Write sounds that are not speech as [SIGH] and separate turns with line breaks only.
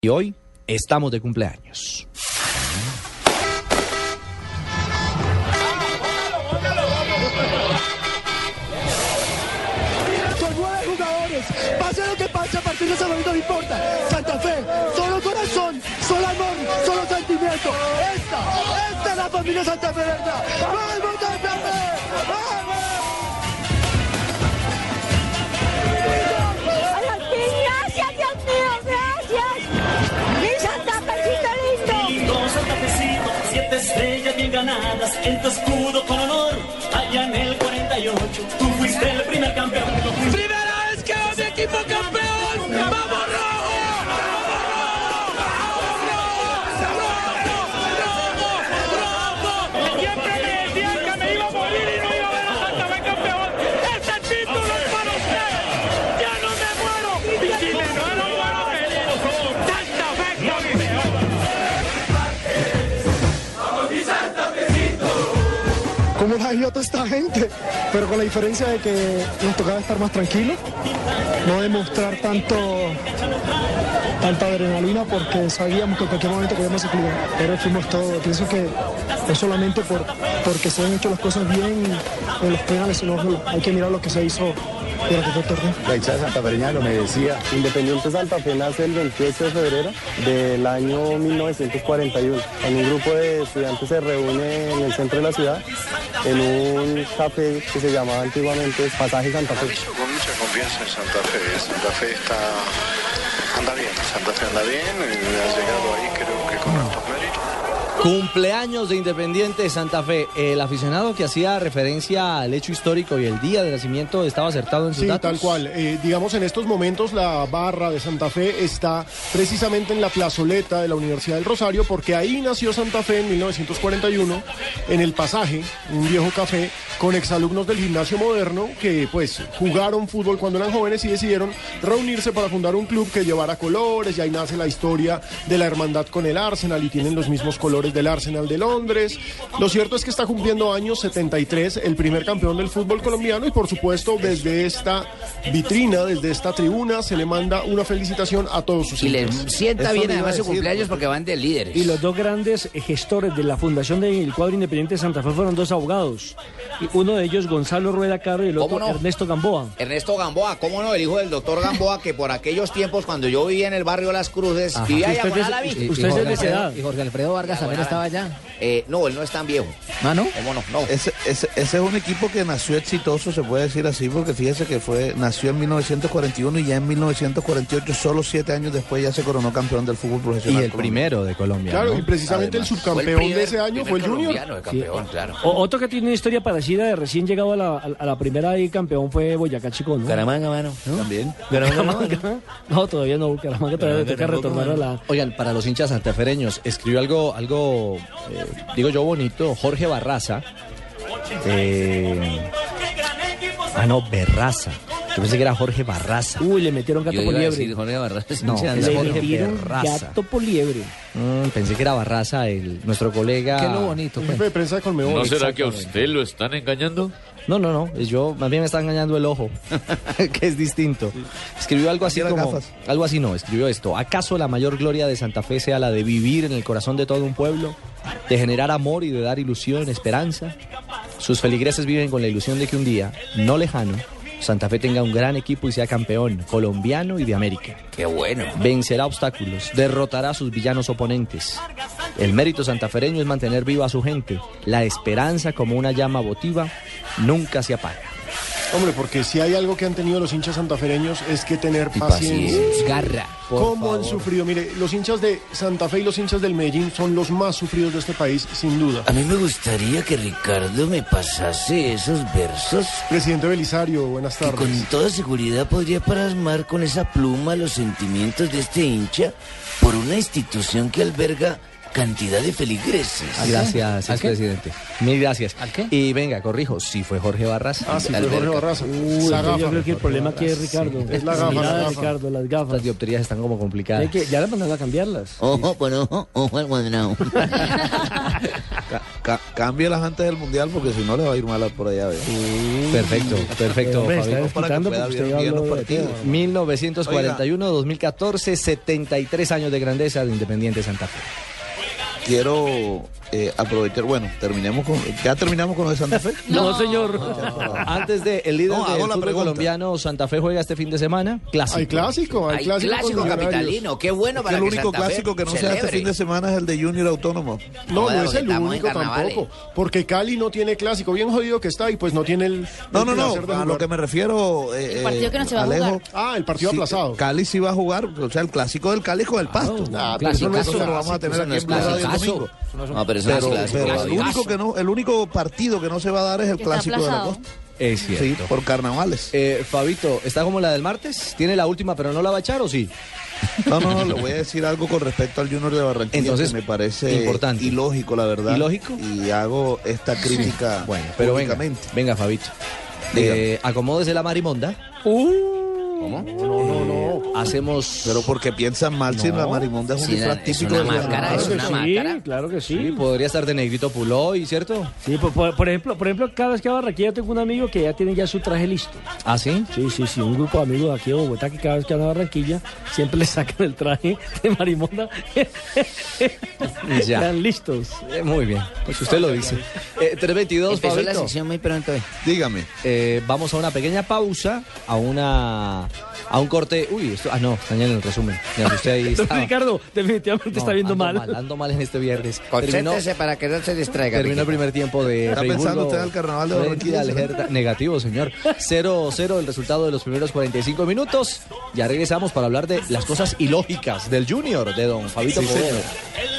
Y hoy estamos de cumpleaños.
Son nueve jugadores. Pase lo que pase, a partir de ese momento no importa. Santa Fe, solo corazón, solo amor, solo sentimiento. Esta, esta es la familia Santa Fe, ¿verdad? ¡Vamos, Santa Fe! ¡Vamos!
¡Ay, al fin! ¡Gracias, Dios mío! ¡Gracias! ¡Mi Santa Fecita lindo!
Lindo Santa Fecito, siete estrellas bien ganadas en tu escudo con honor. Allá en el 48, tú fuiste el primer campeón.
Primera vez que va mi equipo campeón. ¡Vamos rojo! ¡Vamos rojo! ¡Rojo! ¡Rojo! ¡Rojo! Siempre me decían que me iba a morir y no iba a ver a Santa Fe campeón. Este título es para usted. Ya no me muero. Y si me muero, muero feliz. Santa Fe campeón.
¿Cómo la vio toda esta gente? Pero con la diferencia de que nos tocaba estar más tranquilos, no demostrar tanto tanta adrenalina porque sabíamos que en cualquier momento podíamos incluir. Pero fuimos todo. Pienso que no solamente por, porque se han hecho las cosas bien en los penales, sino hay que mirar lo que se hizo durante todo el torneo.
La hinchada santafereña lo merecía.
Independiente Santa Fe nace el 28 de febrero del año 1941. En un grupo de estudiantes se reúne en el centro de la ciudad en un café que se llamaba antiguamente Pasaje Santa Fe.
con mucha confianza en Santa Fe. Santa Fe está anda bien, Santa Fe anda bien, eh, ha llegado ahí creo que con altos méritos.
Cumpleaños de Independiente de Santa Fe. El aficionado que hacía referencia al hecho histórico y el día de nacimiento estaba acertado en sus
Sí,
datos.
tal cual. Eh, digamos, en estos momentos la barra de Santa Fe está precisamente en la plazoleta de la Universidad del Rosario, porque ahí nació Santa Fe en 1941, en el pasaje, un viejo café, con exalumnos del gimnasio moderno que pues jugaron fútbol cuando eran jóvenes y decidieron reunirse para fundar un club que llevara colores, y ahí nace la historia de la hermandad con el Arsenal y tienen los mismos colores del Arsenal de Londres. Lo cierto es que está cumpliendo años 73, el primer campeón del fútbol colombiano y por supuesto desde esta vitrina, desde esta tribuna, se le manda una felicitación a todos sus
Y le
hinchas.
sienta bien además su cumpleaños porque van de líderes.
Y los dos grandes gestores de la fundación del cuadro independiente de Santa Fe fueron dos abogados. Y uno de ellos, Gonzalo Rueda Caro, y el otro,
¿Cómo no?
Ernesto Gamboa.
Ernesto Gamboa, ¿cómo no? El hijo del doctor Gamboa, que por aquellos tiempos, cuando yo vivía en el barrio Las Cruces, vivía
Usted es
diagonal
de-
a la Vic.
usted es de esa edad.
Vargas también estaba allá. Eh, no, él no es tan viejo.
¿Ah, no?
¿Cómo no? No.
Ese, ese- ese es un equipo que nació exitoso, se puede decir así, porque fíjese que fue nació en 1941 y ya en 1948, solo siete años después, ya se coronó campeón del fútbol
Y
profesional.
el primero de Colombia.
Claro,
¿no?
y precisamente el
Fue
subcampeón
primer-
de ese año
primer
fue el Junior.
colombiano de campeón, claro.
O- otro que tiene una historia parecida de recién llegado a la, a la primera y campeón fue Boyacá Chico, ¿no?
Caramanga, mano. ¿no?
También.
Bucaramanga, ¿no?
No, todavía no, Bucaramanga todavía le toca retornar a la...
Oigan, para los hinchas santafereños, escribió algo, algo eh, digo yo, bonito, Jorge Barraza. Eh, ah, no, Berraza. Yo pensé que era Jorge Barraza.
Uy, le metieron gato
Yo
por
iba a decir
liebre.
Jorge Barras. [LAUGHS]
No,
Anda,
Le
Jorge
metieron
Terraza.
gato por liebre.
Mm, pensé que era Barraza, el, nuestro colega. Qué lo bonito. pues.
Jefe de prensa de Conmebol.
¿No será que a usted lo están engañando?
No, no, no. es Yo más bien me está engañando el ojo, [LAUGHS] que es distinto. Escribió algo así
Cualquiera
como,
gafas.
algo así no. Escribió esto. ¿Acaso la mayor gloria de Santa Fe sea la de vivir en el corazón de todo un pueblo, de generar amor y de dar ilusión, esperanza? Sus feligreses viven con la ilusión de que un día, no lejano, Santa Fe tenga un gran equipo y sea campeón colombiano y de América.
Qué bueno.
Vencerá obstáculos, derrotará a sus villanos oponentes. El mérito santafereño es mantener viva a su gente. La esperanza como una llama votiva nunca se apaga.
Hombre, porque si hay algo que han tenido los hinchas santafereños es que tener paciencia.
Garra.
¿Cómo han sufrido? Mire, los hinchas de Santa Fe y los hinchas del Medellín son los más sufridos de este país, sin duda.
mí me gustaría que Ricardo me pasase esos versos
Presidente Belisario, buenas
que con
tardes.
toda seguridad podría plasmar con esa pluma los sentimientos de este hincha por una institución que alberga cantidad de feligreses.
Gracias, expresidente. Mil gracias.
qué?
Y venga, corrijo, si fue Jorge Barras.
Ah, sí, fue Jorge Barraza.
Uy,
La
yo
gafa.
creo que el problema aquí es Ricardo.
Es la
Las
gafa,
miradas,
la gafa.
Ricardo, las
Las
gafas.
dioptrías están como complicadas.
Hay que- ya le mandaron a cambiarlas.
Ojo por ojo, ojo al cuadrado.
Ca- cámbialas antes del mundial porque si no le va a ir mal por allá. ¿verdad?
Perfecto, perfecto.
Hombre,
Fabio.
está Para que desquitando pueda porque usted bien habló los de partidos. todo.
1941, 2014, 73 años de grandeza de Independiente Santa Fe.
Quiero eh, aprovechar, bueno, terminemos con, ya terminamos con lo de Santa Fe.
No, señor.
Ah. Antes de el líder
No, hago
del
la
fútbol
pregunta.
colombiano, Santa Fe juega este fin de semana. Clásico.
Hay clásico, hay
Hay
clásico. con
clásico
Millonarios.
capitalino, qué bueno para
el
que
único
Santa Fe
clásico que no sea este
celebre.
fin de semana es el de Junior Autónomo.
No,
Joder,
no es el
estamos en
único
carnavales.
tampoco. Porque Cali no tiene clásico. Bien jodido que está y pues no tiene el.
No,
el
no, no.
placer de
A lo
jugar.
que me refiero, eh,
El partido que no se va a
Alejo,
jugar.
Ah, el partido
sí, eh,
aplazado.
Cali sí va a jugar, o sea, el clásico del Cali con el pasto.
Ah, pero
Eso
eso
no
no
eso
es
lo vamos a
clásico,
tener
eso
aquí
no es
en Blue Radio el
clasicazo.
domingo.
No, pero eso no es
Pero,
clásico.
pero el
Fabio.
único que no, el único partido que no se va a dar es el
Que está
clásico de la
aplazado.
costa.
Es cierto.
Sí, por carnavales.
Eh, Fabito, ¿está como la del martes? ¿Tiene la última pero no la va a echar o sí?
No, no, no, le voy a decir algo con respecto al Junior de Barranquilla
Entonces,
que me parece
importante.
ilógico, la verdad.
¿Ilógico?
Y hago esta crítica
Bueno, pero venga,
públicamente.
venga Fabito.
Dígame.
Eh, acomódese la marimonda.
Uh,
Eh, Hacemos...
Pero porque piensan mal si la marimonda es un
Sí,
disfraz
es
típico
una
de los
máscara, es
carnavales.
una máscara.
Sí, claro que sí.
Sí, podría estar de negrito Puloy, ¿cierto?
Sí, por, por- por ejemplo, por ejemplo, cada vez que va a Barranquilla yo tengo un amigo que ya tiene ya su traje listo.
¿Ah, sí?
Sí, sí, sí, un grupo de amigos de aquí de Bogotá que cada vez que van a Barranquilla siempre [LAUGHS] le sacan el traje de marimonda.
Ya.
Están listos.
Eh, muy bien, pues usted lo dice. Eh, 322,
Empezó la
Fabito.
sección muy pronto. eh.
Dígame.
Eh, vamos a una pequeña pausa, a una a un corte. Uy, esto, ah no, Daniel, en el resumen. Me asusté
[LAUGHS]
ahí.
Don
estaba.
Ricardo, definitivamente
No,
está viendo
ando
mal.
Ando mal en este viernes. Terminó,
Concéntrese para que no se distraiga.
terminó el
Ricky.
primer tiempo de
¿Está
Raimundo
pensando usted en el carnaval de
frente
Barranquilla,
al
señor?
Hertha. Negativo, señor. 0-0 el resultado de los primeros 45 minutos. Ya regresamos para hablar de las cosas ilógicas del Junior de Don Fabito Poveda.
señor.
El